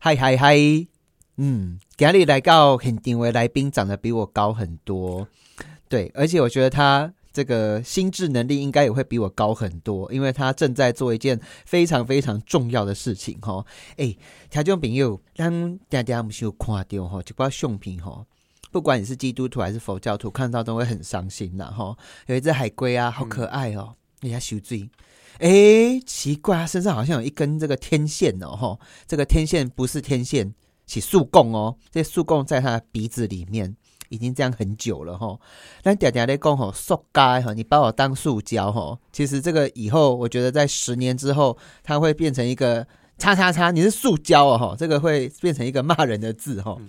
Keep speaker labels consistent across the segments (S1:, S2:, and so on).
S1: 嗨嗨嗨！嗯，今日来到现场的来宾长得比我高很多，对，而且我觉得他这个心智能力应该也会比我高很多，因为他正在做一件非常非常重要的事情吼。哎、听众朋友，咱大家不是有看到吼，就包相片吼。不管你是基督徒还是佛教徒，看到都会很伤心呐、吼。有一只海龟啊，好可爱哦，人家修罪。哎、奇怪，它身上好像有一根这个天线哦，吼，这个天线不是天线，是树供哦。这树供在他的鼻子里面，已经这样很久了吼。但嗲嗲在供吼，塑胶吼，你把我当塑胶吼。其实这个以后，我觉得在十年之后，它会变成一个叉叉叉，你是塑胶哦吼，这个会变成一个骂人的字吼。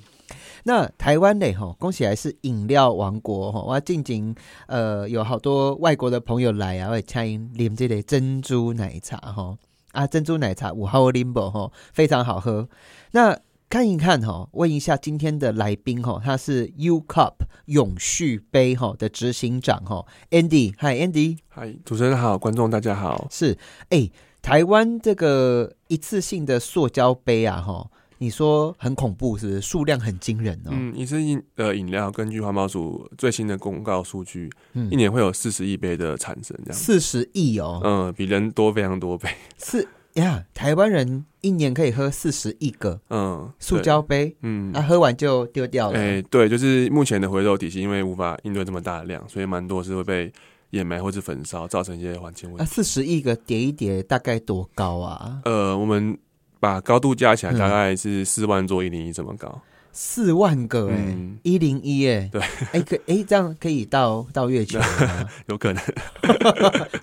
S1: 那台湾嘞吼，恭喜还是饮料王国吼，我近近呃有好多外国的朋友来啊，我会请因啉这个珍珠奶茶吼。啊，珍珠奶茶五号 Limbo 哈，非常好喝。那看一看哈，问一下今天的来宾哈，他是 U Cup 永续杯哈的执行长哈，Andy，嗨 Andy，
S2: 嗨，主持人好，观众大家好。
S1: 是哎、台湾这个一次性的塑胶杯啊哈，你说很恐怖是不是？数量很惊人哦，
S2: 嗯，一次性的饮料，根据环保署最新的公告数据，一
S1: 嗯，
S2: 年会有四十亿杯的产生，这样，
S1: 四十亿哦，
S2: 嗯，比人多非常多倍，
S1: 是呀，台湾人一年可以喝四十亿个
S2: 嗯，
S1: 塑
S2: 对，
S1: 胶杯，
S2: 嗯，
S1: 啊，喝完就丢掉了。
S2: 哎、对，就是目前的回收体系，因为无法应对这么大的量，所以蛮多是会被掩埋或是焚烧，造成一些环境问
S1: 啊，
S2: 题。
S1: 四十亿个叠一叠，大概多高啊？
S2: 呃，我们把高度加起来，
S1: 嗯
S2: 大概是四万座一零一这么高。
S1: 四万个哎、
S2: 嗯
S1: 一零一哎，
S2: 对，
S1: 哎可哎这样可以到到月球了 吗
S2: 有可能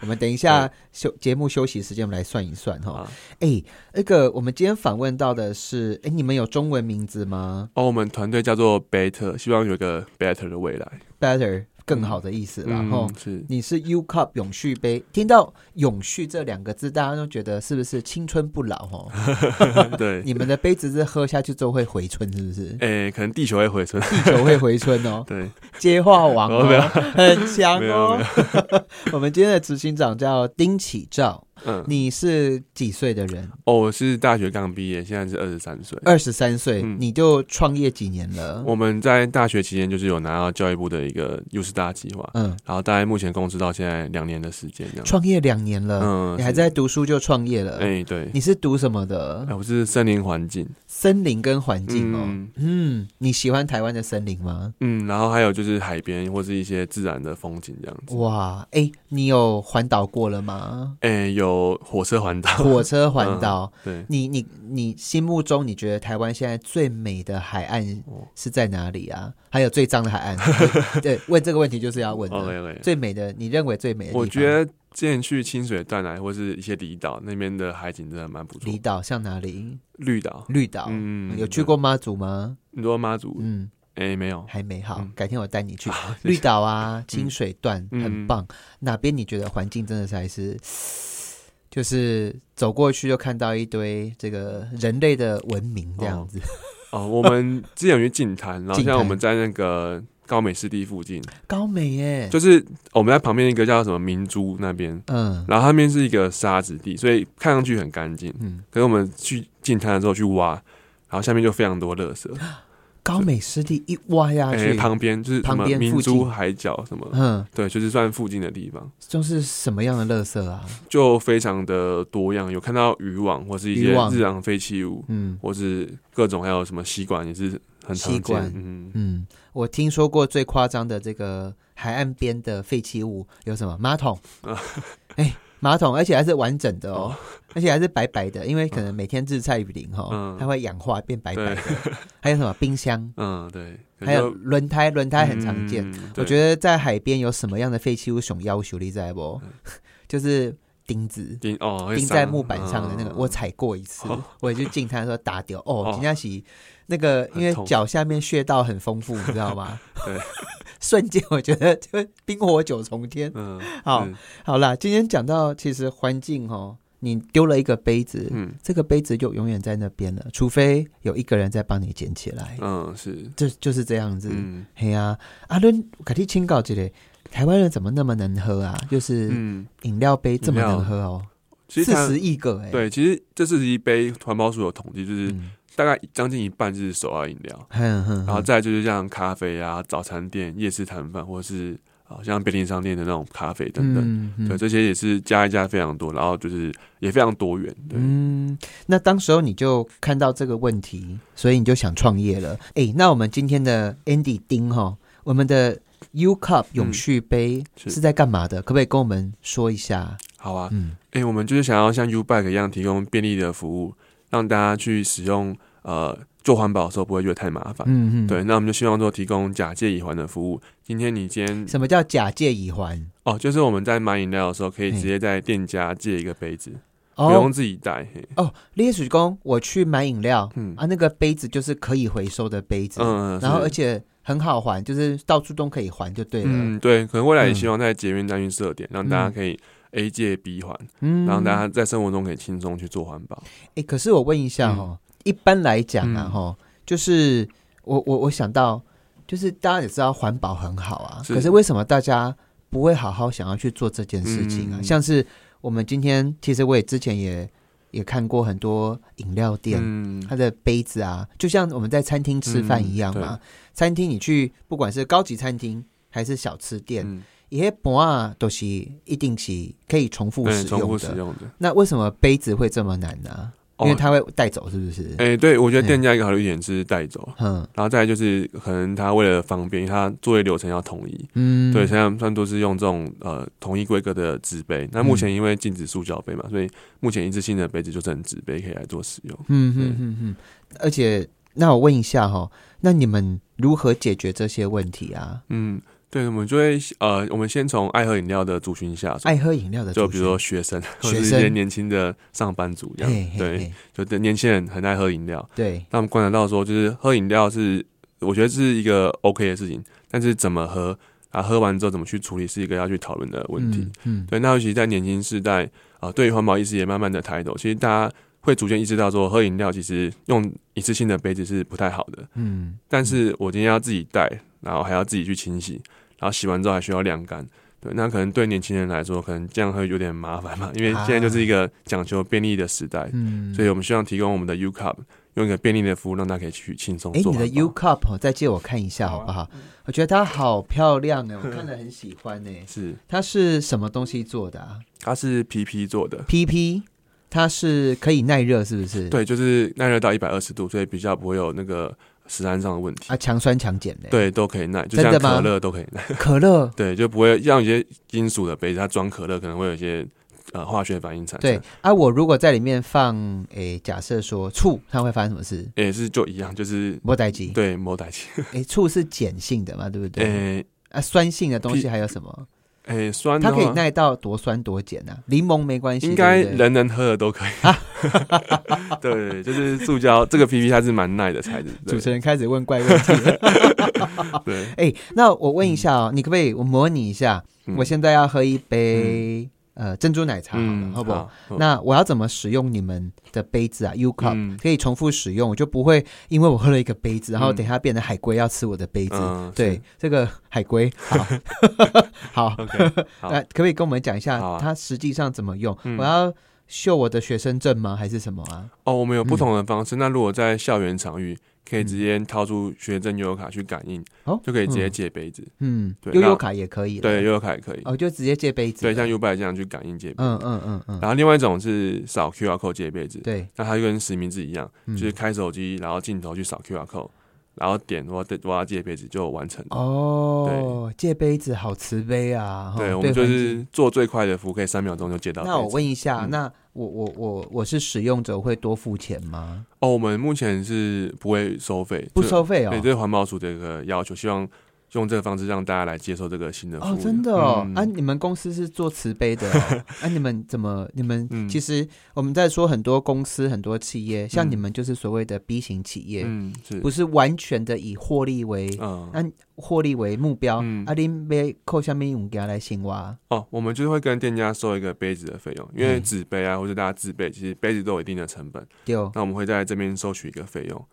S1: 我们等一下休节目休息时间，我们来算一算哈。
S2: 啊。
S1: 哎，那个我们今天访问到的是，哎，你们有中文名字吗
S2: 哦，我们团队叫做 Better，希望有一个 Better 的未来。
S1: ？Better 更好的意思啦，然后、
S2: 嗯，是
S1: 你是 U Cup 永续杯，听到“永续”这两个字，大家都觉得是不是青春不老哦？
S2: 对，
S1: 你们的杯子是喝下去之后会回春，是不是？
S2: 诶、可能地球会回春。，
S1: 地球会回春哦
S2: 对，
S1: 接话王哦，
S2: 没有
S1: 很强
S2: 没有
S1: 哦
S2: 没。
S1: 我们今天的执行长叫丁启照，
S2: 嗯，
S1: 你是几岁的人？
S2: 哦，我是大学刚毕业，现在是二十三岁。
S1: 二十三岁，
S2: 嗯
S1: 你就创业几年了？
S2: 我们在大学期间就是有拿到教育部的一个优势大计划，
S1: 嗯，
S2: 然后大概目前共司到现在两年的时间这样。
S1: 创业两年了，
S2: 嗯
S1: 你还
S2: 是
S1: 在读书就创业了。
S2: 哎、对，
S1: 你是读什么的
S2: 哎、？我是森林环境，
S1: 森林跟环境哦。
S2: 嗯
S1: 嗯，你喜欢台湾的森林吗？
S2: 嗯，然后还有就是海边或是一些自然的风景这样子。
S1: 哇，哎，你有环岛过了 吗？
S2: 哎、有火车环岛，
S1: 火车环岛，
S2: 对，
S1: 你你你心目中你觉得台湾现在最美的海岸
S2: 哦
S1: 是在哪里啊？还有最脏的海 岸？对，问这个问题就是要问的。
S2: ，OK OK。
S1: 最美的，你认为最美的地方？
S2: 哦我觉得之前去清水断崖或是一些离岛那边的海景真的蛮不错
S1: 离，岛像哪里？
S2: 绿岛，
S1: 绿岛，
S2: 嗯
S1: 有去过妈祖吗？
S2: 你说妈祖？
S1: 嗯，
S2: 哎、没有，
S1: 还没好
S2: 嗯，
S1: 改天我带你去
S2: 啊
S1: 绿岛啊，清水段
S2: 嗯
S1: 很棒。哪边你觉得环境真的才是？就是走过去就看到一堆这个人类的文明这样子，
S2: 哦，我们之前有去近滩，然后
S1: 近
S2: 像我
S1: 滩哎
S2: 们在那个高美湿地附近，
S1: 高美耶，
S2: 就是我们在旁边一个叫什么明珠那边，
S1: 嗯
S2: 然后那边是一个沙子地，所以看上去很干净。
S1: 嗯，
S2: 可是我们去近滩的时候去挖，然后下面就非常多垃圾，
S1: 高美湿地一挖下
S2: 哎、
S1: 啊去，
S2: 旁边就是什
S1: 旁
S2: 么
S1: 边
S2: 明
S1: 附
S2: 珠
S1: 近
S2: 海角什么，
S1: 嗯，
S2: 对，就是算附近的地方，
S1: 就是什么样的垃圾啊？
S2: 就非常的多样，有看到渔网或是一些
S1: 渔网
S2: 日常废弃物，
S1: 嗯
S2: 或是各种还有什么吸管也是很
S1: 吸
S2: 常
S1: 管
S2: 见，嗯，
S1: 嗯，我听说过最夸张的这个海岸边的废弃物有什么？马桶
S2: 啊，
S1: 哎，马桶，而且还是完整的哦
S2: 哦，
S1: 而且还是白白的，因为可能每天日晒雨淋哦
S2: 嗯，
S1: 它会氧化变白白
S2: 对
S1: 的。 还有什么冰箱？
S2: 嗯，对，
S1: 还有
S2: 可是就
S1: 轮胎，轮胎很常见。
S2: 嗯
S1: 我
S2: 对
S1: 觉得在海边有什么样的废弃物熊要求你在不？
S2: 嗯
S1: 就是钉子。
S2: 钉哦，会
S1: 钉在
S2: 伤
S1: 木板上的那个，
S2: 嗯
S1: 我踩过一次
S2: 哦，
S1: 我也去进滩的时候打掉。哦
S2: 哦，
S1: 人家洗那个，因
S2: 很
S1: 为
S2: 痛
S1: 脚下面穴道很丰富，你知道吗？
S2: 对，
S1: 瞬间我觉得就冰火九重天。
S2: 嗯，
S1: 好
S2: 是，
S1: 好啦，今天讲到其实环境哦，你丢了一个杯子，
S2: 嗯
S1: 这个杯子就永远在那边了，除非有一个人在帮你捡起来，
S2: 嗯是，
S1: 就就是这样子。
S2: 嗯
S1: 嘿呀、啊，阿伦，我跟你请教一下，台湾人怎么那么能喝啊？就是
S2: 嗯，
S1: 饮料杯这么
S2: 饮料
S1: 能喝哦，
S2: 其
S1: 四
S2: 实它
S1: 十亿个哎、
S2: 对，其实这四十一杯环保署有统计，就是
S1: 嗯
S2: 大概将近一半是首要饮料，
S1: 哼哼，
S2: 然后再就是像咖啡啊、早餐店、夜市摊贩，或是啊像便利商店的那种咖啡等等，
S1: 嗯嗯
S2: 对，这些也是加一加非常多，然后就是也非常多元，对。
S1: 嗯，那当时候你就看到这个问题，所以你就想创业了。诶，那我们今天的 Andy 丁哈，我们的 U Cup
S2: 嗯
S1: 永续杯
S2: 是
S1: 是在干嘛的？可不可以跟我们说一下？
S2: 好啊，
S1: 嗯
S2: 哎、我们就是想要像 U Bike 一样提供便利的服务，让大家去使用，呃，做环保的时候不会觉得太麻烦。
S1: 嗯嗯，
S2: 啊对，。那我们就希望说提供假借乙环的服务。今天你今天
S1: 什么叫假借乙还？
S2: 哦，就是我们在买饮料的时候，可以
S1: 嘿
S2: 直接在店家借一个杯子，不
S1: 哦
S2: 用自己带。嘿
S1: 哦，列水工，我去买饮料
S2: 嗯
S1: 啊，那个杯子就是可以回收的杯子，
S2: 嗯，
S1: 然后
S2: 是
S1: 而且很好还，就是到处都可以还就对了。
S2: 嗯，对，可能未来也
S1: 嗯
S2: 希望在捷运站去设点，让大家
S1: 嗯
S2: 可以 A 借 B 环，
S1: 嗯
S2: 让大家在生活中可以轻松去做环保。
S1: 哎、可是我问一下哦，一般来讲啊，
S2: 嗯
S1: 哈、就是我我我想到，就是大家也知道环保很好啊，
S2: 是
S1: 可是为什么大家不会好好想要去做这件事情啊？
S2: 嗯
S1: 像是我们今天，其实我也之前也也看过很多饮料店。
S2: 嗯，
S1: 它的杯子啊，就像我们在餐厅吃饭一样嘛。
S2: 嗯
S1: 餐厅你去，不管是高级餐厅还是小吃店，
S2: 嗯，
S1: 一些盘啊都是一定是可以重复
S2: 对，
S1: 使
S2: 重复
S1: 用
S2: 使
S1: 的。
S2: 用的。
S1: 那为什么杯子会这么难呢、因为
S2: 哦
S1: 他会带走，是不是？
S2: 哎、对，我觉得
S1: 嗯
S2: 店家一个考虑点是带走，
S1: 嗯
S2: 然后再来就是可能他为了方便，因为他作业流程要统一，
S1: 嗯，
S2: 对，现在算都是用这种呃统一规格的纸杯。那
S1: 嗯
S2: 目前因为禁止塑胶杯嘛，所以目前一次性的杯子就成纸杯可以来做使用。
S1: 嗯嗯嗯嗯。而且，那我问一下哈、那你们如何解决这些问题啊？
S2: 嗯，对，我们就会呃，我们先从爱喝饮料的族群下手。
S1: 爱喝饮料的族
S2: 就
S1: 群，
S2: 比如说学生， 或
S1: 学
S2: 者是一
S1: 生
S2: 些年轻的上班族这
S1: 嘿，
S2: 样，
S1: 嘿
S2: 对，
S1: 嘿
S2: 就年轻人很爱喝饮料。
S1: 对，
S2: 那我们观察到说，就是喝饮料是，我觉得是一个 OK 的事情，但是怎么喝，啊，喝完之后怎么去处理，是一个要去讨论的问题。
S1: 嗯，嗯，
S2: 对，那尤其在年轻世代啊、对于环保意识也慢慢的抬头，其实大家会逐渐意识到说，喝饮料其实用一次性的杯子是不太好的，
S1: 嗯，
S2: 但是我今天要自己带，然后还要自己去清洗，然后洗完之后还需要晾干。对，那可能对年轻人来说，可能这样会有点麻烦嘛，因 为现在就是一个讲求便利的时代，
S1: 嗯，
S2: 所以我们希望提供我们的 U Cup 用一个便利的服务，让大家可以去轻松
S1: 哎，
S2: 做
S1: 你
S2: 环保。
S1: 的 U cup 哦再借我看一下
S2: 啊
S1: 好不好？我觉得它好漂亮哎，我看了很喜欢哎。
S2: 是
S1: 它是什么东西做的啊
S2: 它是 PP 做的，
S1: ？PP，它是可以耐热，是不是？
S2: 对，就是耐热到一百二十度，所以比较不会有那个食安上的问题。
S1: 啊，强酸强碱的。，
S2: 对，都可以耐，就
S1: 真的
S2: 像
S1: 吗
S2: 可乐都可以耐，
S1: 可乐
S2: 对，就不会像有些金属的杯子，它装可乐可能会有一些呃化学反应产生。
S1: 对，啊，我如果在里面放，诶、假设说醋，它会发生什么事？
S2: 也是就一样，就是
S1: 莫代基，
S2: 对某代气，
S1: 诶、醋是碱性的嘛，对不对？
S2: 诶
S1: 啊，酸性的东西
S2: 屁
S1: 还有什么？
S2: 诶，酸
S1: 它
S2: 的
S1: 可以
S2: 话，
S1: 耐到多酸多碱啊？柠檬没关系，
S2: 应该
S1: 对不啊对
S2: 人人喝的都可以。 对，就是塑胶这个 PP 它是蛮耐的材质。对
S1: 主持人开始问怪问题了。
S2: 对，
S1: 诶、那我问一下哦，你可不可以我模拟一下？
S2: 嗯
S1: 我现在要喝一杯、呃珍珠奶茶好了，
S2: 嗯，
S1: 好不好？
S2: 嗯
S1: 那我要怎么使用你们的杯子啊？U cup、
S2: 嗯
S1: 可以重复使用，我就不会因为我喝了一个杯子，然后
S2: 嗯
S1: 等一下变成海龟要吃我的杯子。
S2: 嗯
S1: 对
S2: 是，
S1: 这个海龟， 好，好，
S2: OK，好
S1: 那可不可以跟我们讲一下
S2: 好啊
S1: 它实际上怎么用？
S2: 嗯
S1: 我要秀我的学生证吗？还是什么啊？
S2: 哦，我们有不同的方式。那如果在校园场域，可以
S1: 嗯
S2: 直接掏出学生悠游卡去感应，
S1: 哦
S2: 就可以直接借杯子。
S1: 嗯，
S2: 对
S1: 悠悠
S2: 那
S1: 卡也可以，
S2: 对，，悠游卡也可以。
S1: 哦，就直接借杯子，
S2: 对，像 U b i 这样去感应借杯。
S1: 嗯嗯嗯嗯，
S2: 然后另外一种是扫 QR code 借杯子，
S1: 对，
S2: 那它就跟实名制一样，
S1: 嗯
S2: 就是开手机，然后镜头去扫 QR code，然后点我要我要借杯子就完成。
S1: 哦，借杯子好慈悲啊！
S2: 对，
S1: 哦
S2: 我们就
S1: 环
S2: 是
S1: 境
S2: 做最快的服务，可以三秒钟就借到杯子。
S1: 那我问一下，
S2: 嗯
S1: 那我我我我是使用者会多付钱吗？
S2: 哦，我们目前是不会收费，
S1: 不
S2: 就
S1: 收费哦
S2: 对，。这是环保署的一个要求，希望用这个方式让大家来接受这个新的服务。
S1: 哦，真的哦，
S2: 嗯
S1: 啊，你们公司是做慈悲的、 哦，啊，你们怎么，你们、
S2: 嗯
S1: 其实我们在说很多公司、很多企业，像
S2: 嗯
S1: 你们就是所谓的 B 型企业，
S2: 嗯，是，
S1: 不是完全的以获利为
S2: 嗯，
S1: 啊获、利为目标，
S2: 嗯
S1: 啊，恁要扣下面物件来行哇，
S2: 哦，我们就是会跟店家收一个杯子的费用，因为
S1: 嗯
S2: 纸杯啊，或者大家自备，其实杯子都有一定的成本，
S1: 对，
S2: 那我们会在这边收取一个费用。
S1: 哦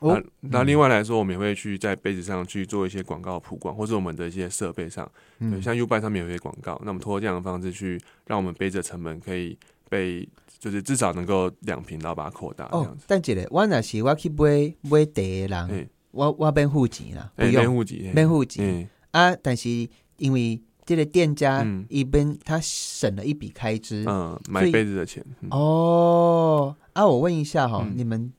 S2: 那哦那另外来说，我们也会去在杯子上去做一些广告曝光，或者我们的一些设备上，对，
S1: 嗯
S2: 像 U b i 上面有一些广告，那我们通过这样的方式去让我们杯子的成本可以被就是至少能够两瓶，然后把它扩大这
S1: 哦
S2: 样子。，
S1: 但姐嘞，我若是我去买买茶的人
S2: 嗯，
S1: 我我免付钱啦，不
S2: 哎，免
S1: 用
S2: 户籍，
S1: 免付钱
S2: 嗯，
S1: 啊。但是因为这个店家
S2: 嗯
S1: 一边他省了一笔开支
S2: 嗯，买
S1: 所以
S2: 杯子的钱，嗯
S1: 哦。啊，我问一下哈，
S2: 嗯
S1: 你们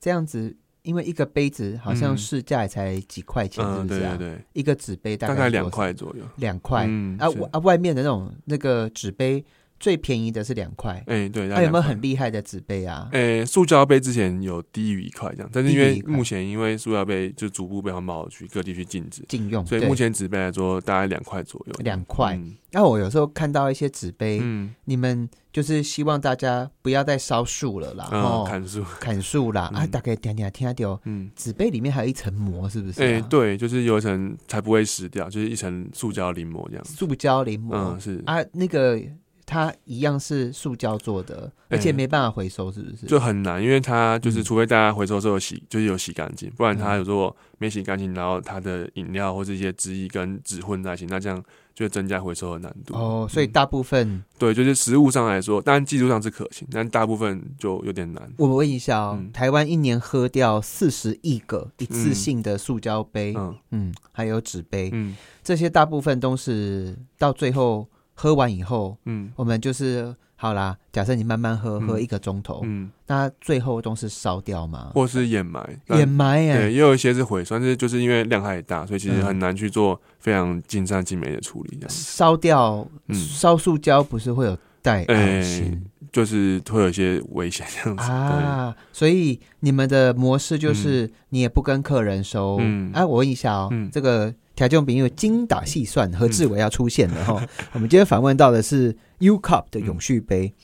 S1: 这样子，因为一个杯子好像
S2: 嗯
S1: 市价也才几块钱，是
S2: 嗯，
S1: 不
S2: 对
S1: 是
S2: 对
S1: 啊？
S2: 对，
S1: 一个纸杯大
S2: 大
S1: 概
S2: 概
S1: 多
S2: 两
S1: 少，
S2: 块左右，
S1: 两块
S2: 嗯
S1: 啊。
S2: 是
S1: 我啊，外面的那种那个纸杯最便宜的是两块，
S2: 哎，对，大
S1: 还
S2: 概
S1: 啊有没有
S2: 2块哎
S1: 很厉害的纸杯啊？
S2: 诶、塑胶杯之前有低于一块这样，但是因
S1: 低于一
S2: 为
S1: 块
S2: 目前因为塑胶杯就逐步被环保局各地去禁止，
S1: 禁用，
S2: 所以
S1: 对
S2: 目前纸杯来说大概两块左右。
S1: 两块。
S2: 嗯
S1: 那我有时候看到一些纸杯，
S2: 嗯
S1: 你们就是希望大家不要再烧树了啦，
S2: 嗯，
S1: 哦，
S2: 砍树，
S1: 砍树啦，啊，
S2: 嗯
S1: 大概点点听到
S2: 嗯，
S1: 纸杯里面还有一层膜，是不是、啊？
S2: 诶、，哎对，就是有一层才不会湿掉，就是一层塑胶淋膜这样。
S1: 塑胶淋膜、
S2: 嗯，是，
S1: 啊，那个它一样是塑胶做的，
S2: 哎
S1: 而且没办法回收，是不是？
S2: 就很难，因为它就是
S1: 嗯
S2: 除非大家回收之后洗，就是有洗干净，不然它
S1: 嗯
S2: 有时候没洗干净，然后它的饮料或是一些汁液跟纸混在一起，那这样就会增加回收的难度。
S1: 哦，所以
S2: 嗯
S1: 大部分、
S2: 对，就是实物上来说，当然技术上是可行，但大部分就有点难。
S1: 我问一下哦，
S2: 嗯
S1: 台湾一年喝掉四十亿个一次性的塑胶杯，嗯
S2: 嗯
S1: 还有纸杯，
S2: 嗯
S1: 这些大部分都是到最后喝完以后，
S2: 嗯
S1: 我们就是好啦，假设你慢慢喝，
S2: 嗯
S1: 喝一个钟头，
S2: 嗯，
S1: 那最后都是烧掉吗？
S2: 或是掩埋，
S1: 哦掩
S2: 埋
S1: 埋哎、
S2: 对，也有一些是毁损，但是就是因为量太大，所以其实
S1: 嗯
S2: 很难去做非常尽善尽美的处理，这样
S1: 烧掉
S2: 嗯
S1: 烧塑胶不是会有带
S2: 哎
S1: 二型、
S2: 就是会有一些危险这样子。对，
S1: 啊？所以你们的模式就是你也不跟客人收。
S2: 嗯
S1: 啊，我问一下哦，
S2: 嗯
S1: 这个条件饼有精打细算，何志伟要出现了哈、
S2: 嗯
S1: 我们今天访问到的是 U Cup 的永续杯。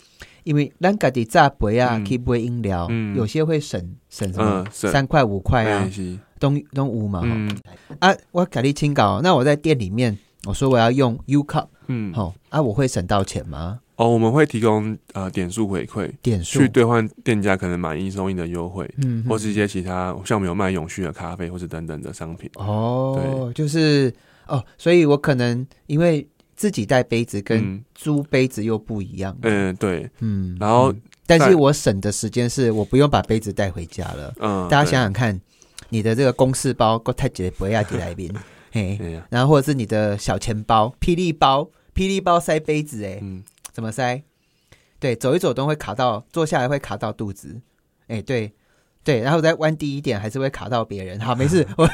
S1: 因为咱家己榨杯啊，
S2: 嗯
S1: 去杯饮料，
S2: 嗯
S1: 有些会省省什么
S2: 嗯省
S1: 三块五块啊
S2: 哎，是，
S1: 东东五嘛，吼
S2: 嗯
S1: 啊，我改立清稿，哦那我在店里面，我说我要用 U Cup，
S2: 嗯，
S1: 好、啊，我会省到钱吗？
S2: 哦，我们会提供呃点数回馈，
S1: 点数
S2: 去，兑换店家可能买一送一的优惠，
S1: 嗯
S2: 或是一些其他像我们有卖永续的咖啡或是等等的商品。
S1: 哦，就是哦，所以我可能因为自己带杯子跟
S2: 嗯
S1: 租杯子又不一样，
S2: 嗯，对，
S1: 嗯
S2: 然后
S1: 嗯但
S2: 在
S1: 是我省的时间是我不用把杯子带回家了。
S2: 嗯，
S1: 大家
S2: 对
S1: 想想看，你的这个公事包够太杰不要杰来宾，嘿，
S2: 哎呀，
S1: 然后或者是你的小钱包、霹雳包、霹雳包塞杯子、哎、
S2: 嗯，
S1: 怎么塞？对，走一走都会卡到，坐下来会卡到肚子。哎，对对，然后再弯低一点，还是会卡到别人。好， 没事，我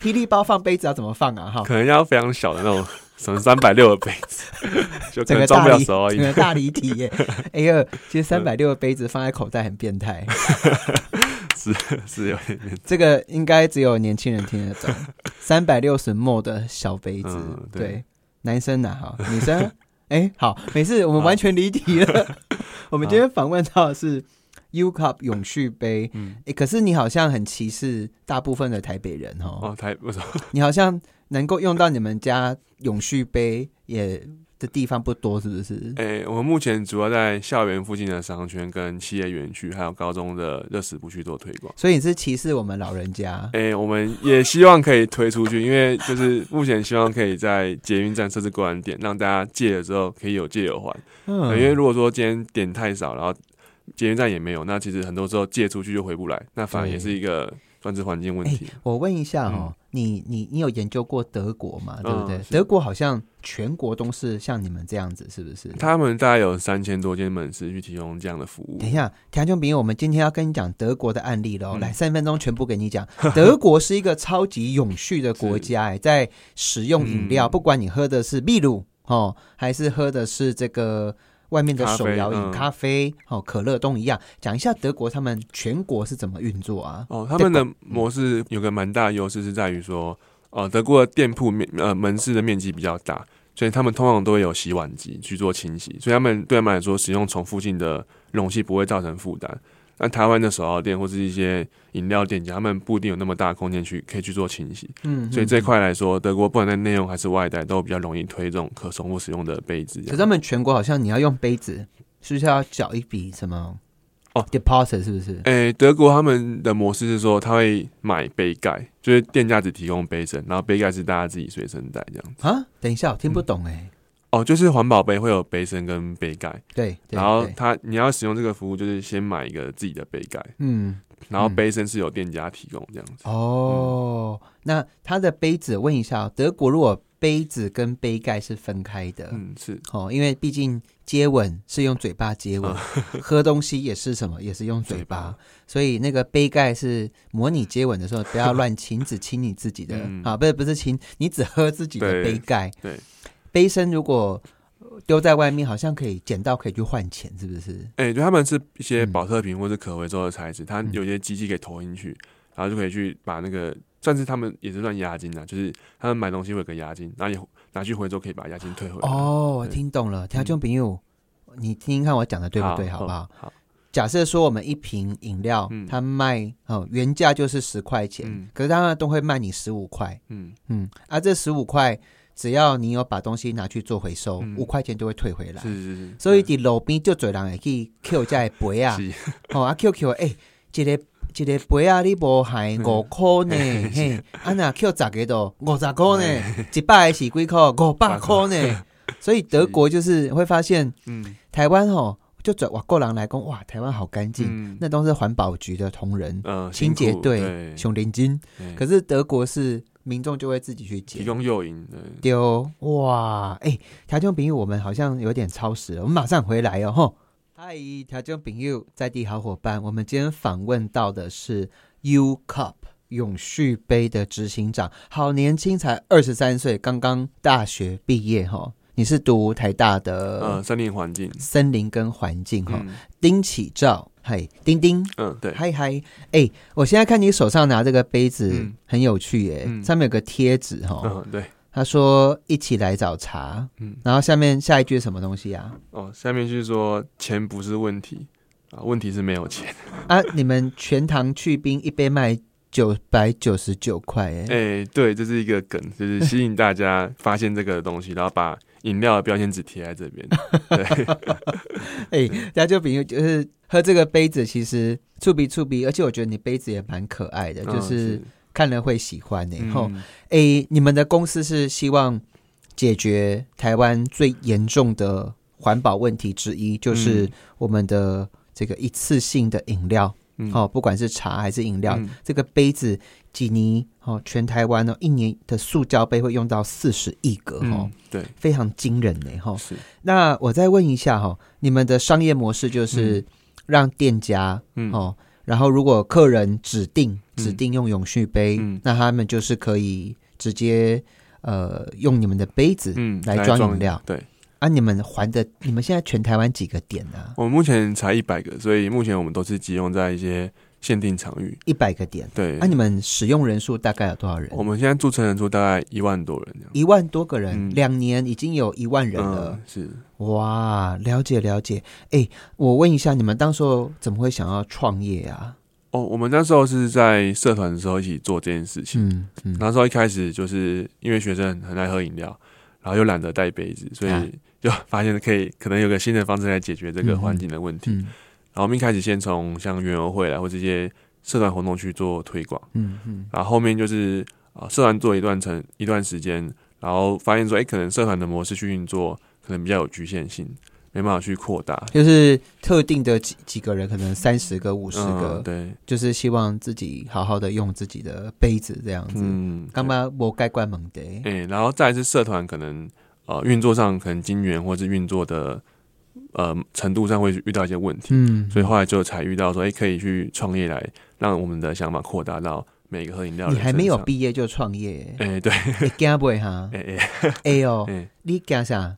S1: 霹雳包放杯子要怎么放啊？哈，
S2: 可能要非常小的那种，什么三百六的杯子， 就可
S1: 整个
S2: 能装
S1: 大
S2: 不了
S1: 离，
S2: 手啊而
S1: 整
S2: 已。
S1: 个大离题耶！哎呦，其实三百六的杯子放在口袋很变态，
S2: 是有点面子，
S1: 这个应该只有年轻人听得 懂。三百六十 m 的小杯子，
S2: 嗯
S1: 对
S2: 对
S1: 男生呐、啊好，女生， 哎、好，没事，我们完全离题了。
S2: 嗯
S1: 我们今天访问到的是 U Cup 永续杯，
S2: 嗯，
S1: 欸，可是你好像很歧视大部分的台北人哦，
S2: 哦，台为什么？
S1: 你好像能够用到你们家永续杯也的地方不多，是不是？
S2: 诶、我们目前主要在校园附近的商圈、跟企业园区，还有高中的热食部去做推广。
S1: 所以你是歧视我们老人家？
S2: 诶、我们也希望可以推出去，因为就是目前希望可以在捷运站设置购篮点，让大家借了之后可以有借有还。
S1: 嗯
S2: 呃因为如果说今天点太少，然后捷运站也没有，那其实很多时候借出去就回不来，那反而也是一个专制环境问题。
S1: 我问一下哦，你你你有研究过德国嘛？对不对？
S2: 嗯嗯是
S1: 德国好像全国都是像你们这样子，是不是？
S2: 他们大概有三千多间门市去提供这样的服务
S1: 等。一下，田中平，我们今天要跟你讲德国的案例喽。
S2: 嗯
S1: 来，三分钟全部给你 讲。德国是一个超级永续的国家，哎，在使用饮料，
S2: 嗯
S1: 不管你喝的是秘鲁哦，还是喝的是这个外面的手摇饮、
S2: 咖啡嗯
S1: 咖啡、哦可乐都一样。讲一下德国他们全国是怎么运作啊？
S2: 哦，他们的模式有个蛮大的优势是在于说，呃，德国的店铺面呃门市的面积比较大，所以他们通常都会有洗碗机去做清洗，所以他们对他们来说使用重复性的容器不会造成负担。那台湾的手摇店或是一些饮料店家，他们不一定有那么大的空间去可以去做清洗，
S1: 嗯，
S2: 所以这
S1: 嗯
S2: 一。块来说，德国不管在内容还是外带，都比较容易推这种可重复使用的杯子这
S1: 可是
S2: 样。
S1: 他们全国好像你要用杯子，是不是要缴一笔什么？
S2: 哦
S1: ，deposit 是不是？
S2: 诶、德国他们的模式是说，他会买杯盖，就是店家只提供杯身，然后杯盖是大家自己随身带这样。嗯
S1: 啊，等一下，我听不懂哎、
S2: 哦，就是环保杯会有杯身跟杯盖，
S1: 对，对
S2: 然后
S1: 对
S2: 它你要使用这个服务，就是先买一个自己的杯盖，
S1: 嗯，
S2: 然后
S1: 嗯
S2: 杯身是由店家提供这样子。
S1: 哦，那它的杯子，问一下哦，德国如果杯子跟杯盖是分开的，
S2: 嗯，是
S1: 哦，因为毕竟接吻是用嘴巴接吻，喝东西也是什么，也是用嘴巴，
S2: 哦嘴巴
S1: 所以那个杯盖是模拟接吻的时候，不要乱亲，只亲你自己的、
S2: 嗯
S1: 啊，不是不是亲，你只喝自己的
S2: 对
S1: 杯盖。
S2: 对，
S1: 杯身如果呃丢在外面，好像可以捡到可以去换钱，是不是？
S2: 哎、就他们是一些
S1: 嗯
S2: 保特瓶或是可回收的材质，它有些机器给投进去，然后就可以去把那个算是他们也是算押金啊，就是他们买东西会有个押金，然后你拿去回收可以把押金退回来。
S1: 哦，我
S2: 对
S1: 听懂了，条件朋友，你听听看我讲的对不对，好不好？？
S2: 嗯好，
S1: 假设说我们一瓶饮料，
S2: 嗯
S1: 它卖哦原价就是十块钱，
S2: 嗯
S1: 可是他们都会卖你十五块，
S2: 嗯，
S1: 嗯，啊这十五块只要你有把东西拿去做回收，
S2: 嗯
S1: 五、块钱就会退回来。
S2: 是是是，嗯
S1: 所以伫路边就侪人会去 Q 这个杯啊，
S2: 是
S1: 吼啊 Q Q 诶，一个一个杯啊，你无害
S2: 嗯
S1: 五箍 呢，嘿，啊若 Q 十个都五十箍呢，一百个是几箍？五百箍呢。所以德国就是会发现
S2: 嗯
S1: 台湾吼，就转外国人来讲，哇，台湾好干净，
S2: 嗯
S1: 那都是环保局的同仁、
S2: 呃
S1: 清洁队、
S2: 对，
S1: 熊林金。
S2: 对
S1: 可是德国是民众就会自己去
S2: 提
S1: 捡。
S2: 供诱因，对，
S1: 丢哇！哎、条件朋友，我们好像有点超时了，我们马上回来哦。吼，嗨，条件朋友，在地好伙伴，我们今天访问到的是 U Cup 永续杯的执行长，好年轻，才二十三岁，刚刚大学毕业哈、吼你是读台大
S2: 呃，
S1: 的
S2: 森林环境，
S1: 森林跟环境哈、
S2: 嗯
S1: 丁启照，嗨，丁丁，
S2: 嗯，对，
S1: 嗨嗨，哎，我现在看你手上拿这个杯子、
S2: 嗯
S1: 很有趣耶，
S2: 嗯
S1: 上面有个贴纸哈、
S2: 嗯对，
S1: 他说一起来找茬，
S2: 嗯
S1: 然后下面下一句是什么东西啊？
S2: 哦，下面就是说钱不是问题啊，问题是没有钱。
S1: 啊，你们全糖去冰一杯卖九百九十九块，哎，
S2: 哎、对，这是一个梗，就是吸引大家 发现这个东西，然后把饮料的标签纸贴在这边。对，
S1: 哎，大家就比如就是喝这个杯子，其实触鼻触鼻，而且我觉得你杯子也蛮可爱的，就
S2: 嗯
S1: 是看了会喜欢哎。然后，
S2: 嗯
S1: 哎，你们的公司是希望解决台湾最严重的环保问题之一，就是
S2: 嗯
S1: 我们的这个一次性的饮料，
S2: 嗯
S1: 哦，不管是茶还是饮料，
S2: 嗯
S1: 这个杯子几尼哦，全台湾哦，一年的塑胶杯会用到四十亿个哦，
S2: 嗯对，
S1: 非常惊人呢哈、哦。
S2: 是，
S1: 那我再问一下哈、哦，你们的商业模式就是让店家、
S2: 嗯，
S1: 哦，然后如果客人指定
S2: 嗯
S1: 指定用永续杯，
S2: 嗯
S1: 那他们就是可以直接呃用你们的杯子、
S2: 嗯，
S1: 来
S2: 来
S1: 装
S2: 装
S1: 饮料
S2: 对，
S1: 啊，你们还的你们现在全台湾几个啊点呢、
S2: 我们目前才一百个，所以目前我们都是集中在一些限定场域。
S1: 一百个点，
S2: 对，
S1: 啊，你们使用人数大概有多少人？
S2: 我们现在注册人数大概一万多人这样。
S1: 一万多个人，
S2: 嗯
S1: 两年已经有一万人了
S2: 嗯，，是，
S1: 哇！了解了解。哎，我问一下，你们当时候怎么会想要创业啊？
S2: 哦，我们那时候是在社团的时候一起做这件事情。
S1: 嗯嗯，
S2: 那时候一开始就是因为学生很爱喝饮料，然后又懒得带杯子，所
S1: 啊
S2: 以就发现可以可能有个新的方式来解决这
S1: 嗯
S2: 个
S1: 哼
S2: 环境的问题。
S1: 嗯
S2: 然后我们一开始先从像园游会啊啦或这些社团活动去做推广，
S1: 嗯嗯
S2: 然后后面就是啊、呃社团做一段程一段时间，然后发现说，哎、可能社团的模式去运作可能比较有局限性，没办法去扩大。
S1: 就是特定的几几个人，可能三十个、五十个，
S2: 嗯，对，
S1: 就是希望自己好好的用自己的杯子这样子。
S2: 嗯，
S1: 干嘛我该关门的？
S2: 诶、然后再来是社团可能呃运作上可能金源或是运作的呃程度上会遇到一些问题，
S1: 嗯，
S2: 所以后来就才遇到说，诶、可以去创业来让我们的想法扩大到每个喝饮料的
S1: 你
S2: 人
S1: 还没有
S2: 身上？
S1: 毕业就创业，
S2: 诶、对，
S1: 你惊不会哈？
S2: 诶诶
S1: 哎呦，
S2: 诶，
S1: 你惊啥？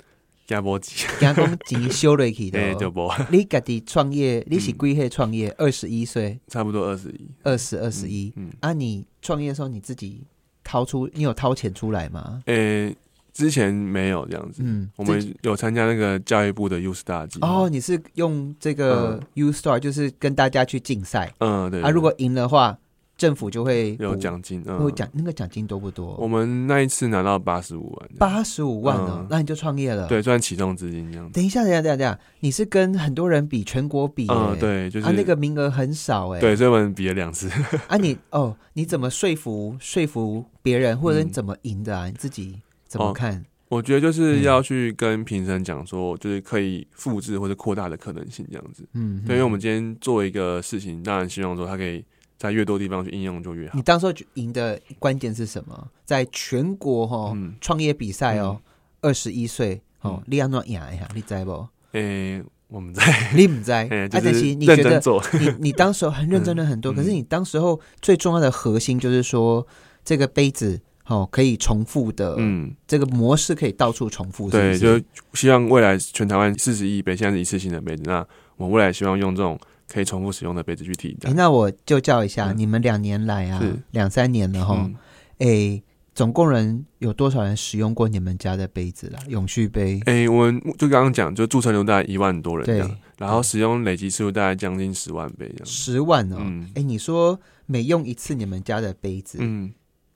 S2: 加波机，
S1: 惊讲钱收落去的
S2: 诶，
S1: 哦
S2: 就。嗯波，
S1: 你家己创业，你是几岁创业？二十一岁，
S2: 差不多二十一，
S1: 二十二十一。
S2: 嗯，
S1: 啊，你创业的时候你自己掏出，你有掏钱出来吗？
S2: 诶、之前没有这样子，
S1: 嗯，
S2: 我
S1: 自己
S2: 们嗯有参加那个教育部的 U Star 计划
S1: 哦，，你是用这个 U Star，就是跟大家去竞赛
S2: 嗯，对，
S1: 啊，如果赢的话，政府就会
S2: 有
S1: 补，
S2: 奖金，嗯，
S1: 会有奖，那个奖金多不
S2: 我
S1: 多？
S2: 们那一次拿到八十五万这样，
S1: 八十五万哦
S2: 嗯，
S1: 那你就创业了。，
S2: 对，算启动资金这样子。
S1: 等一下，等一下，等一下，等一下，你是跟很多人比，全国比，
S2: 嗯，
S1: 欸，
S2: 对，就是、
S1: 啊，那个名额很少哎，
S2: 对，所以我们比了两次。
S1: 啊，你哦，你怎么说服说服别人，或者
S2: 嗯
S1: 你怎么赢的啊？你自己怎么
S2: 哦
S1: 看？
S2: 我觉得就是
S1: 嗯
S2: 要去跟评审讲说，就是可以复制或者扩大的可能性这样子。
S1: 嗯，
S2: 对，因为我们今天做一个事情，当然希望说它可以在越多地方去应用就越好
S1: 你。当时候赢的关键是什么？在全国哈、哦
S2: 嗯，
S1: 创业比赛哦，二十一岁哦
S2: 嗯，
S1: 你安怎赢的呀？你知不？
S2: 诶、我们在
S1: 你 唔知？啊，
S2: 诶、就
S1: 但
S2: 是
S1: 是你
S2: 认
S1: 觉
S2: 真
S1: 得
S2: 做，
S1: 你你当时候很认真的很多，
S2: 嗯
S1: 可是你当时候最重要的核心就是说，这个杯子哦可以重复的，
S2: 嗯，
S1: 这个模式可以到处重复，
S2: 对，
S1: 是不是
S2: 就希望未来全台湾四十亿杯现在是一次性的杯子，那我们未来希望用这种可以重复使用的杯子去替代
S1: 诶。那我就叫一下、
S2: 嗯
S1: 你们两年来啊
S2: 是，
S1: 两三年了哈，
S2: 嗯，
S1: 诶，总共人有多少人使用过你们家的杯子啦？永续杯，
S2: 诶、哎我们就刚刚讲，就注册流大概一万多人这
S1: 对
S2: 样，，然后使用累积次数大概将近十万杯这样。
S1: 十万哦。
S2: 嗯
S1: 诶，你说每用一次你们家的杯子，
S2: 嗯，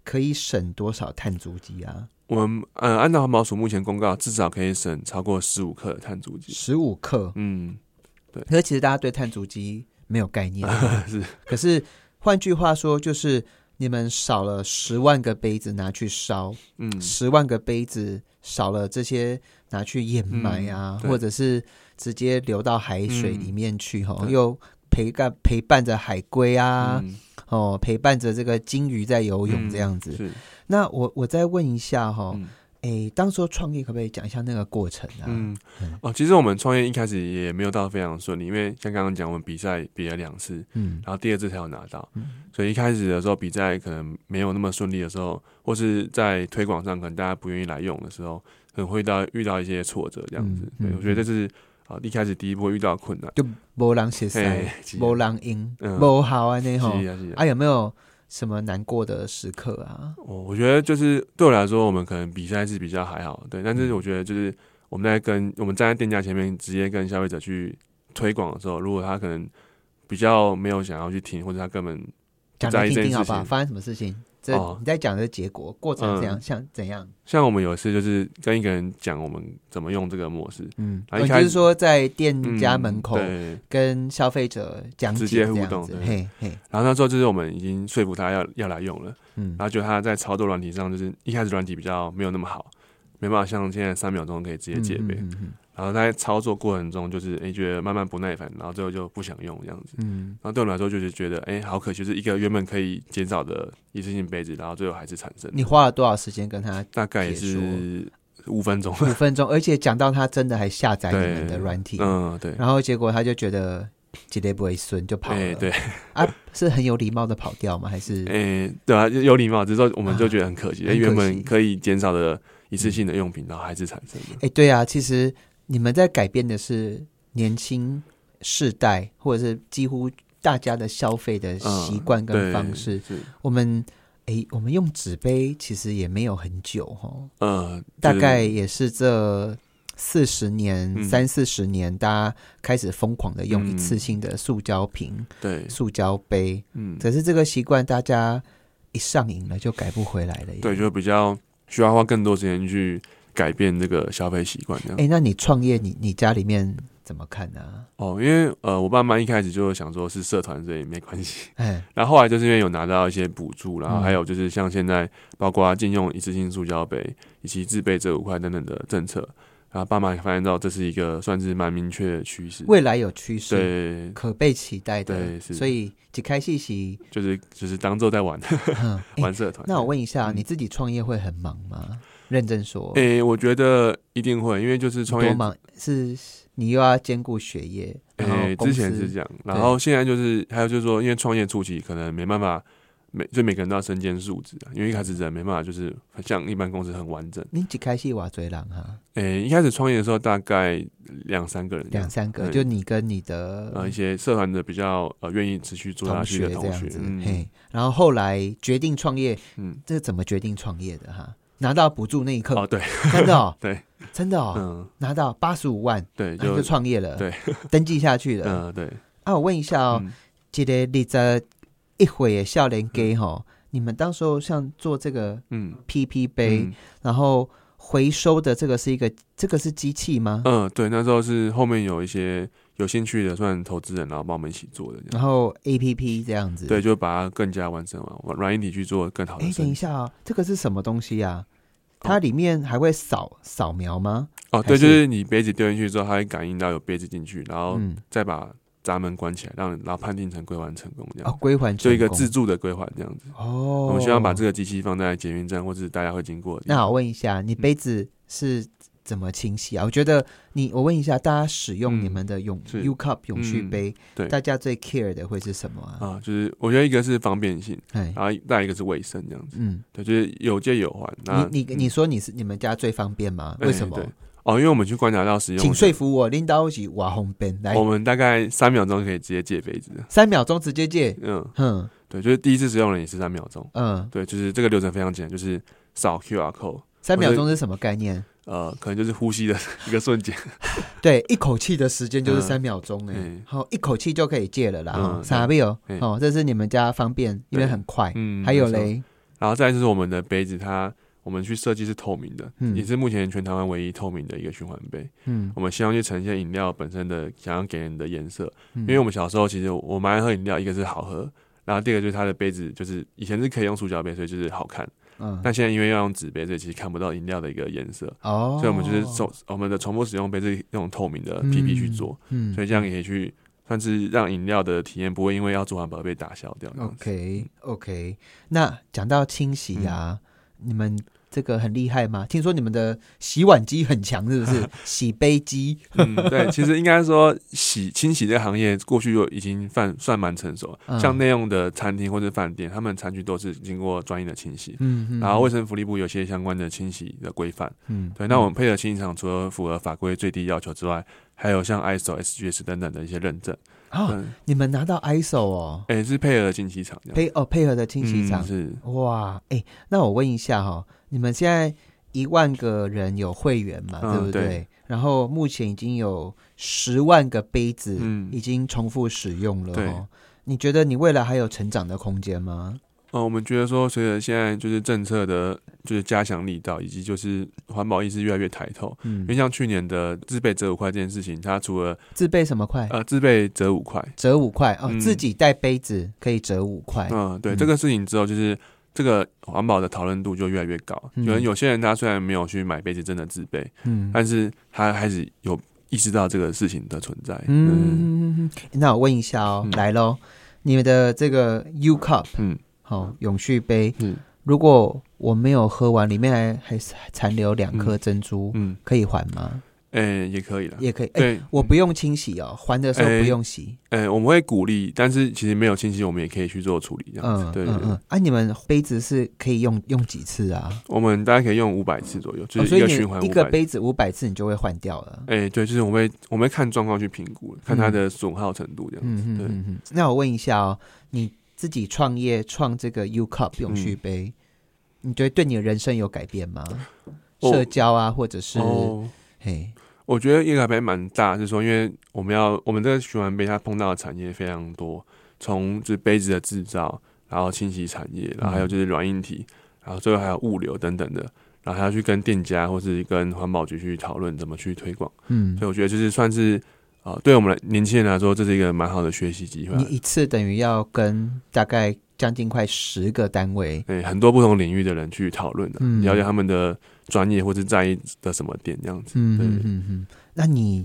S1: 可以省多少碳足迹啊？
S2: 我们呃，按照环保署目前公告，至少可以省超过十五克的碳足迹。
S1: 十五克。
S2: 嗯，
S1: 可是其实大家对碳足迹没有概念，
S2: 是
S1: 可是换句话说，就是你们少了十万个杯子拿去烧，
S2: 嗯，
S1: 十万个杯子少了这些拿去掩埋啊
S2: 嗯，对嗯
S1: 或者是直接流到海水里面去吼，
S2: 对
S1: 又陪伴陪伴着海龟啊，
S2: 嗯
S1: 哦，陪伴着这个金鱼在游泳
S2: 嗯
S1: 这样子。
S2: 是，
S1: 那我我再问一下哈、
S2: 嗯
S1: 诶，当时候创业可不可以讲一下那个过程啊？
S2: 嗯
S1: 嗯，
S2: 哦，其实我们创业一开始也没有到非常顺利，因为像刚刚讲，我们比赛比了两次，
S1: 嗯
S2: 然后第二次才有拿到
S1: 嗯，
S2: 所以一开始的时候比赛可能没有那么顺利的时候，或是在推广上可能大家不愿意来用的时候，可能会到遇到一些挫折这样子。
S1: 嗯
S2: 对，
S1: 嗯
S2: 我觉得这是啊一开始第一波遇到的困难。
S1: 就没人写塞，
S2: 嘿，是啊
S1: 没人赢，
S2: 嗯
S1: 没好啊那吼。
S2: 是啊是啊
S1: 啊，有没有什么难过的时刻啊？
S2: 我我觉得就是对我来说，我们可能比赛是比较还好，对，但
S1: 嗯
S2: 是我觉得就是我们在跟我们站在店家前面直接跟消费者去推广的时候，如果他可能比较没有想要去听，或者他根本
S1: 讲
S2: 在
S1: 来
S2: 意
S1: 听
S2: 这件
S1: 听好
S2: 事
S1: 不好？
S2: 情
S1: 发生什么事情？这、
S2: 哦
S1: 你在讲的结果过程是怎样？
S2: 嗯
S1: 像怎样？
S2: 像我们有一次就是跟一个人讲我们怎么用这个模式，
S1: 嗯，
S2: 啊
S1: 哦
S2: 一
S1: 你
S2: 开
S1: 就
S2: 始
S1: 是说在店家
S2: 嗯
S1: 门口
S2: 对，
S1: 跟消费者讲解
S2: 直接互
S1: 这样
S2: 动
S1: 子
S2: 对
S1: 嘿嘿，
S2: 然后那时候就是我们已经说服他要要来用了，
S1: 嗯
S2: 然后就他在操作软体上就是一开始软体比较没有那么好，没办法像现在三秒钟可以直接
S1: 嗯
S2: 解
S1: 嗯
S2: 杯，
S1: 嗯嗯
S2: 然后在操作过程中就是诶、觉得慢慢不耐烦，然后最后就不想用这样子。
S1: 嗯
S2: 然后对我们来说就是觉得，哎、好可惜，就是一个原本可以减少的一次性杯子，然后最后还是产生。
S1: 你花了多少时间跟他
S2: 大概也是五分钟。
S1: 五分钟，而且讲到他真的还下载你们的软体，
S2: 嗯，对，
S1: 然后结果他就觉得绝对不会顺，就跑了。
S2: 哎、对，
S1: 啊，是很有礼貌的跑掉吗？还是、
S2: 哎、对啊，有礼貌，只是说我们就觉得很可惜，
S1: 啊
S2: 哎、
S1: 很可惜嗯
S2: 原本可以减少的一次性的用品，然后还是产生的。
S1: 哎，对啊，其实你们在改变的是年轻世代，或者是几乎大家的消费的习惯跟
S2: 嗯对，
S1: 方式。
S2: 是，
S1: 我们哎，我们用纸杯其实也没有很久哦，
S2: 呃，
S1: 大
S2: 就是
S1: 概也是这。四十年、
S2: 嗯
S1: 三四十年，大家开始疯狂的用一次性的塑胶瓶、
S2: 对，
S1: 塑胶杯，
S2: 嗯，
S1: 可是这个习惯大家一上瘾了就改不回来了耶。
S2: 对，就比较需要花更多时间去改变这个消费习惯这样。
S1: 哎、那你创业，你你家里面怎么看呢、啊？
S2: 哦，因为呃，我爸妈一开始就想说是社团，所以没关系。
S1: 哎，
S2: 然后后来就是因为有拿到一些补助，然后
S1: 嗯
S2: 还有就是像现在包括禁用一次性塑胶杯以及自备这五块等等的政策，然后爸妈也发现到这是一个算是蛮明确的趋势。
S1: 未来有趋势，
S2: 对，
S1: 可被期待的，
S2: 对是
S1: 所以几开戏 戏。
S2: 就是就是当做在玩
S1: 嗯诶
S2: 玩社团。
S1: 那我问一下，
S2: 嗯
S1: 你自己创业会很忙吗？认真说，
S2: 诶、我觉得一定会，因为就是创业
S1: 多，忙是你又要兼顾学业，然
S2: 诶、
S1: 后公
S2: 之
S1: 司
S2: 前是这样，然后现在就是还有就是说，因为创业初期可能没办法。每就每个人都要身兼数职啊，因为一开始人没办法，就是像一般公司很完整。
S1: 你几开戏瓦追狼啊哈，
S2: 诶、一开始创业的时候大概两三个人这样
S1: 两三个，
S2: 对
S1: 就你跟你的
S2: 呃一些社团的比较呃愿意持续做下
S1: 同
S2: 去
S1: 学
S2: 的
S1: 这
S2: 同
S1: 样
S2: 学，
S1: 子，
S2: 嗯
S1: 嘿，然后后来决定创业，
S2: 嗯，
S1: 这怎么决定创业的哈？拿到补助那一刻，
S2: 哦对，
S1: 真的哦，
S2: 对，
S1: 真的哦，
S2: 嗯
S1: 拿到八十五万，
S2: 对，
S1: 然后就
S2: 就
S1: 创业了，
S2: 对，
S1: 登记下去了。
S2: 嗯对，
S1: 啊，我问一下哦，
S2: 嗯
S1: 这个你在一会的笑脸给吼，你们当时候像做这个
S2: 嗯
S1: PP 杯，
S2: 嗯
S1: 然后回收的这个是一个，这个是机器吗？
S2: 嗯对，那时候是后面有一些有兴趣的算投资人，然后帮我们一起做的这
S1: 然
S2: 样，
S1: 后 APP 这样子。
S2: 对，，就把它更加完整嘛，软软硬体去做更好
S1: 哎
S2: 的，
S1: 等
S2: 生
S1: 一
S2: 意，
S1: 下啊、哦，这个是什么东西啊？它里面还会扫扫描吗？
S2: 哦，
S1: 还
S2: 对，就是是你杯子丢进去之后，它会感应到有杯子进去，然后
S1: 嗯，
S2: 再把闸门关起来，让然后判定成归还成功这
S1: 哦
S2: 样，，
S1: 归还
S2: 就一个
S1: 成功
S2: 自助的归还这样子。
S1: 哦。
S2: 我们希望把这个机器放在捷运站或是大家会经过的地
S1: 那
S2: 方。
S1: 我问一下，
S2: 嗯
S1: 你杯子是怎么清洗啊？我觉得你，我问一下，大家使用
S2: 嗯
S1: 你们的永、
S2: 是嗯
S1: U Cup 永续杯，
S2: 对
S1: 大家最 care 的会是什么啊？
S2: 啊，就是我觉得一个是方便性，
S1: 哎、
S2: 然后再一个是卫生这样子。
S1: 嗯，
S2: 对，就是有借有还。那嗯
S1: 你你你说你是你们家最方便吗？
S2: 哎
S1: 为什么
S2: 对？哦，因为我们去观察到使用
S1: 请
S2: 者，
S1: 说服我，拎刀起瓦红边来
S2: 我，们大概三秒钟可以直接借杯子。
S1: 三秒钟直接借。
S2: 嗯，
S1: 哼，
S2: 对，就是第一次使用人也是三秒钟。
S1: 嗯，
S2: 对，就是这个流程非常简单，就是扫 QR code，
S1: 三秒钟是什么概念？
S2: 呃，可能就是呼吸的一个瞬间。
S1: 对，一口气的时间就是
S2: 嗯
S1: 三秒钟呢、
S2: 嗯
S1: 好、一口气就可以借了啦。
S2: 嗯
S1: 哈傻逼哦
S2: 嗯，
S1: 哦，这是你们家方便，因为
S2: 对
S1: 很快。
S2: 嗯，
S1: 还有
S2: 没错。
S1: 嘞，
S2: 然后再来就是我们的杯子，它我们去设计是透明的，
S1: 嗯
S2: 也是目前全台湾唯一透明的一个循环杯。
S1: 嗯，
S2: 我们希望去呈现饮料本身的想要给人的颜色，
S1: 因
S2: 因为我们小时候其实我蛮爱喝饮料，一个是好喝，然后第二个就是它的杯子，就是以前是可以用塑胶杯，所以就是好看。
S1: 嗯
S2: 但现在因为要用纸杯，所以其实看不到饮料的一个颜色，
S1: 哦，
S2: 所以我们就是重我们的重复使用杯是用透明的
S1: 嗯
S2: PP 去做，，
S1: 嗯
S2: 所以这样也可以去算是让饮料的体验不会因为要做环保被打消掉。这样子
S1: OK OK。那讲到清洗啊，
S2: 嗯
S1: 你们这个很厉害吗？听说你们的洗碗机很强，是不 是？洗杯机，
S2: 嗯，对，其实应该说洗清洗这个行业过去就已经算算蛮成熟了，
S1: 嗯
S2: 像内用的餐厅或者饭店，他们餐具都是经过专业的清洗。
S1: 嗯
S2: 然后卫生福利部有些相关的清洗的规范，
S1: 嗯
S2: 对，那我们配合清洗厂除了符合法规最低要求之外，还有像 ISO、SGS 等等的一些认证，
S1: 啊，
S2: 嗯，
S1: 你们拿到 ISO 哦，
S2: 哎、是配合清洗厂这样，
S1: 配哦配合的清洗厂
S2: 嗯、，是，
S1: 哇，哎，那我问一下哈，你们现在一万个人有会员嘛，
S2: 嗯
S1: 对不对
S2: 对？
S1: 然后目前已经有十万个杯子，
S2: 嗯，
S1: 已经重复使用了、
S2: 对
S1: 哦。你觉得你未来还有成长的空间吗？
S2: 哦，我们觉得说，随着现在就是政策的，就是加强力道，以及就是环保意识越来越抬头。
S1: 嗯
S2: 因为，像去年的自备折五块这件事情，它除了
S1: 自备什么块？
S2: 呃自备折五块，
S1: 折五块哦，
S2: 嗯
S1: 自己带杯子可以折五块。
S2: 嗯，对
S1: 嗯
S2: 这个事情之后，就是这个环保的讨论度就越来越高。
S1: 嗯
S2: 有人有些人他虽然没有去买杯子真的自备，
S1: 嗯
S2: 但是他开始有意识到这个事情的存在。嗯
S1: 嗯，那我问一下哦，
S2: 嗯
S1: 来喽，你们的这个 U cup
S2: 嗯
S1: 好、永续杯，
S2: 嗯
S1: 如果我没有喝完，里面还还残留两颗珍珠，
S2: 嗯，
S1: 可以还吗？
S2: 哎、也可以了。
S1: 也可以。哎、
S2: 对，
S1: 我不用清洗哦，还的时候
S2: 哎
S1: 不用洗。
S2: 哎、我们会鼓励，但是其实没有清洗，我们也可以去做处理这样子。
S1: 嗯
S2: 对对
S1: 嗯
S2: 对。
S1: 嗯，啊，你们杯子是可以用用几次啊？
S2: 我们大概可以用五百次左右，就
S1: 哦
S2: 是
S1: 所
S2: 一
S1: 以
S2: 个
S1: 你
S2: 循环
S1: 一
S2: 五
S1: 个
S2: 百。
S1: 杯子五百次，你就会换掉了。
S2: 哎、对，就是我们会我们会看状况去评估，看它的损耗程度这样。
S1: 嗯嗯
S2: 对
S1: 嗯嗯。那我问一下哦，你自己创业创这个 U Cup 永续
S2: 嗯
S1: 杯，你觉得对你的人生有改变吗？
S2: 哦
S1: 社交啊，或者是、
S2: 哦，
S1: 嘿，
S2: 我觉得一个改变蛮大，就是说，因为我们要我们这个循环杯，它碰到的产业非常多，从就是杯子的制造，然后清洗产业，
S1: 嗯
S2: 然后还有就是软硬体，然后最后还有物流等等的，然后还要去跟店家或是跟环保局去讨论怎么去推广。
S1: 嗯
S2: 所以，我觉得就是算是啊、呃对我们来年轻人来说，这是一个蛮好的学习机会啊
S1: 你。一次等于要跟大概将近快十个单位，
S2: 对很多不同领域的人去讨论的，
S1: 嗯
S2: 了解他们的专业或者在意的什么点这样子。
S1: 嗯
S2: 对
S1: 嗯嗯嗯。那你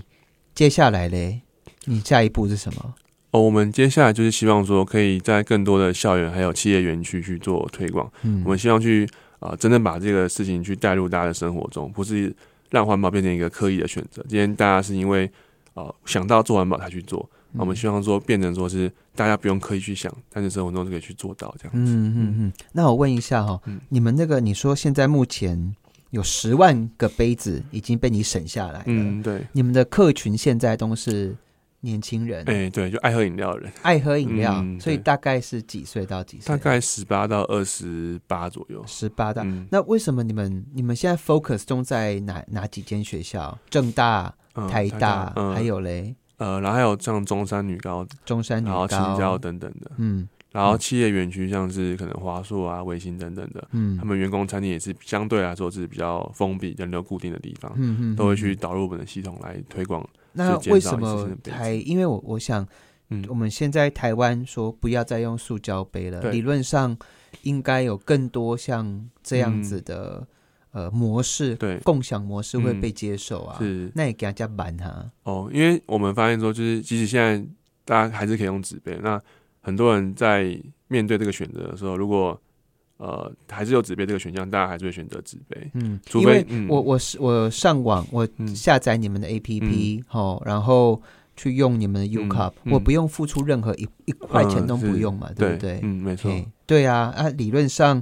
S1: 接下来嘞，你下一步是什么？
S2: 哦，我们接下来就是希望说，可以在更多的校园还有企业园区去做推广。
S1: 嗯
S2: 我们希望去啊、呃真正把这个事情去带入大家的生活中，不是让环保变成一个刻意的选择。今天大家是因为啊、呃想到做环保才去做，
S1: 嗯
S2: 那我们希望说变成说是大家不用刻意去想，但是生活中就可以去做到这样。
S1: 嗯嗯嗯。那我问一下哈、哦，
S2: 嗯
S1: 你们那个你说现在目前有十万个杯子已经被你省下来了，
S2: 嗯，对，
S1: 你们的客群现在都是年轻人，
S2: 哎、对，就爱喝饮料的人，
S1: 爱喝饮料，
S2: 嗯
S1: 所以
S2: 对
S1: 大概是几岁到几岁？
S2: 大概十八到二十八左右。
S1: 十八到。
S2: 嗯，
S1: 那为什么你们你们现在 focus 中在哪哪几间学校？正大、
S2: 嗯
S1: 台大，
S2: 嗯
S1: 还有嘞
S2: 呃，然后还有像中山女高，
S1: 中山女
S2: 然后
S1: 高。
S2: 青椒等等的，
S1: 嗯
S2: 然后企业园区像是可能华硕啊、微星等等的，
S1: 嗯，
S2: 他们员工餐厅也是相对来说是比较封闭、人流固定的地方，
S1: 嗯嗯
S2: 都会去。导入我们的系统来推广。
S1: 那
S2: 就减
S1: 为
S2: 少
S1: 什
S2: 一次性
S1: 么
S2: 的杯子
S1: 台？因为我我想
S2: 嗯
S1: 我，们现在台湾说不要再用塑胶杯了，
S2: 对
S1: 理论上应该有更多像这样子的、呃模式，
S2: 嗯对
S1: 共享模式会
S2: 嗯
S1: 被接受啊。
S2: 是
S1: 那也给他加满哈，
S2: 哦，因为我们发现说，就是即使现在大家还是可以用纸杯，那很多人在面对这个选择的时候，如果呃还是有纸杯这个选项，大家还是会选择纸杯。
S1: 嗯，
S2: 除
S1: 因
S2: 非
S1: 为
S2: 嗯
S1: 我我是我上网我
S2: 嗯
S1: 下载你们的 APP 哦，然后去用你们的 U Cup，
S2: 嗯
S1: 我不用付出任何一一块钱
S2: 嗯
S1: 都不
S2: 是
S1: 用嘛，对不对？
S2: 嗯，没错，
S1: 嘿对啊，啊，理论上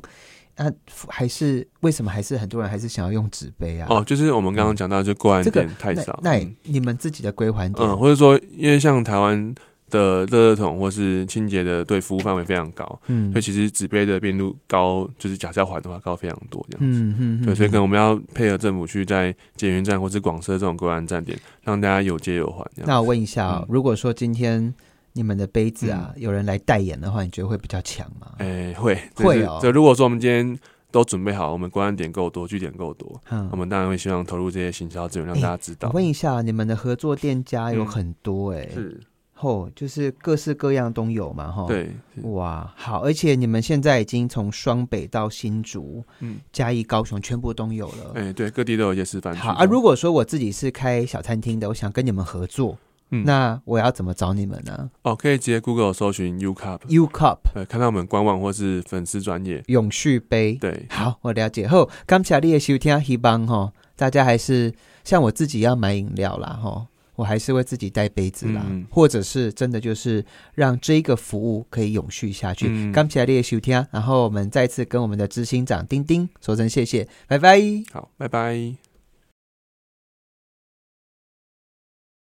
S1: 啊，还是为什么还是很多人还是想要用纸杯啊？
S2: 哦，就是我们刚刚讲到，就过岸
S1: 这个
S2: 点太少，
S1: 那那也
S2: 嗯
S1: 你们自己的归还点，
S2: 嗯，或者说，因为像台湾的热热桶或是清洁的对服务范围非常高，
S1: 嗯
S2: 所以其实纸杯的变度高，就是假设要还的话高非常多这样。
S1: 嗯嗯，
S2: 对，所以可
S1: 跟
S2: 能我们要配合政府去在捷运站或是广设这种公安站点，让大家有借有还这样。
S1: 那我问一下、哦
S2: 嗯
S1: 如果说今天你们的杯子啊，有人来代言的话，你觉得会比较强吗？
S2: 哎、会
S1: 会
S2: 就是
S1: 哦
S2: 就如果说我们今天都准备好，我们公安点够多，据点够多，
S1: 嗯
S2: 我，们当然会希望投入这些行销资源，让大家知
S1: 哎我
S2: 道。
S1: 问一下，你们的合作店家有
S2: 嗯
S1: 很多哎、欸，
S2: 是，
S1: 吼、就是各式各样都有嘛，吼，。
S2: 对，是
S1: 哇，好！而且你们现在已经从双北到新竹、
S2: 嗯，
S1: 嘉义、高雄，全部都有了。
S2: 哎、对，各地都有一些示范区这
S1: 好
S2: 样。
S1: 啊，如果说我自己是开小餐厅的，我想跟你们合作，
S2: 嗯
S1: 那我要怎么找你们呢
S2: 哦，可以直接 Google 搜寻 U Cup，
S1: ？U Cup
S2: 呃，看到我们官网或是粉丝专业。
S1: 永续杯。
S2: 对，
S1: 好，我了解后，感谢你的收听，希望哈大家还是像我自己要买饮料啦哈，我还是会自己带杯子啦，
S2: 嗯
S1: 或者是真的就是让这个服务可以永续下去。
S2: 嗯
S1: 感谢你的收听，然后我们再次跟我们的执行长丁丁说声谢谢，拜拜。
S2: 好，拜拜。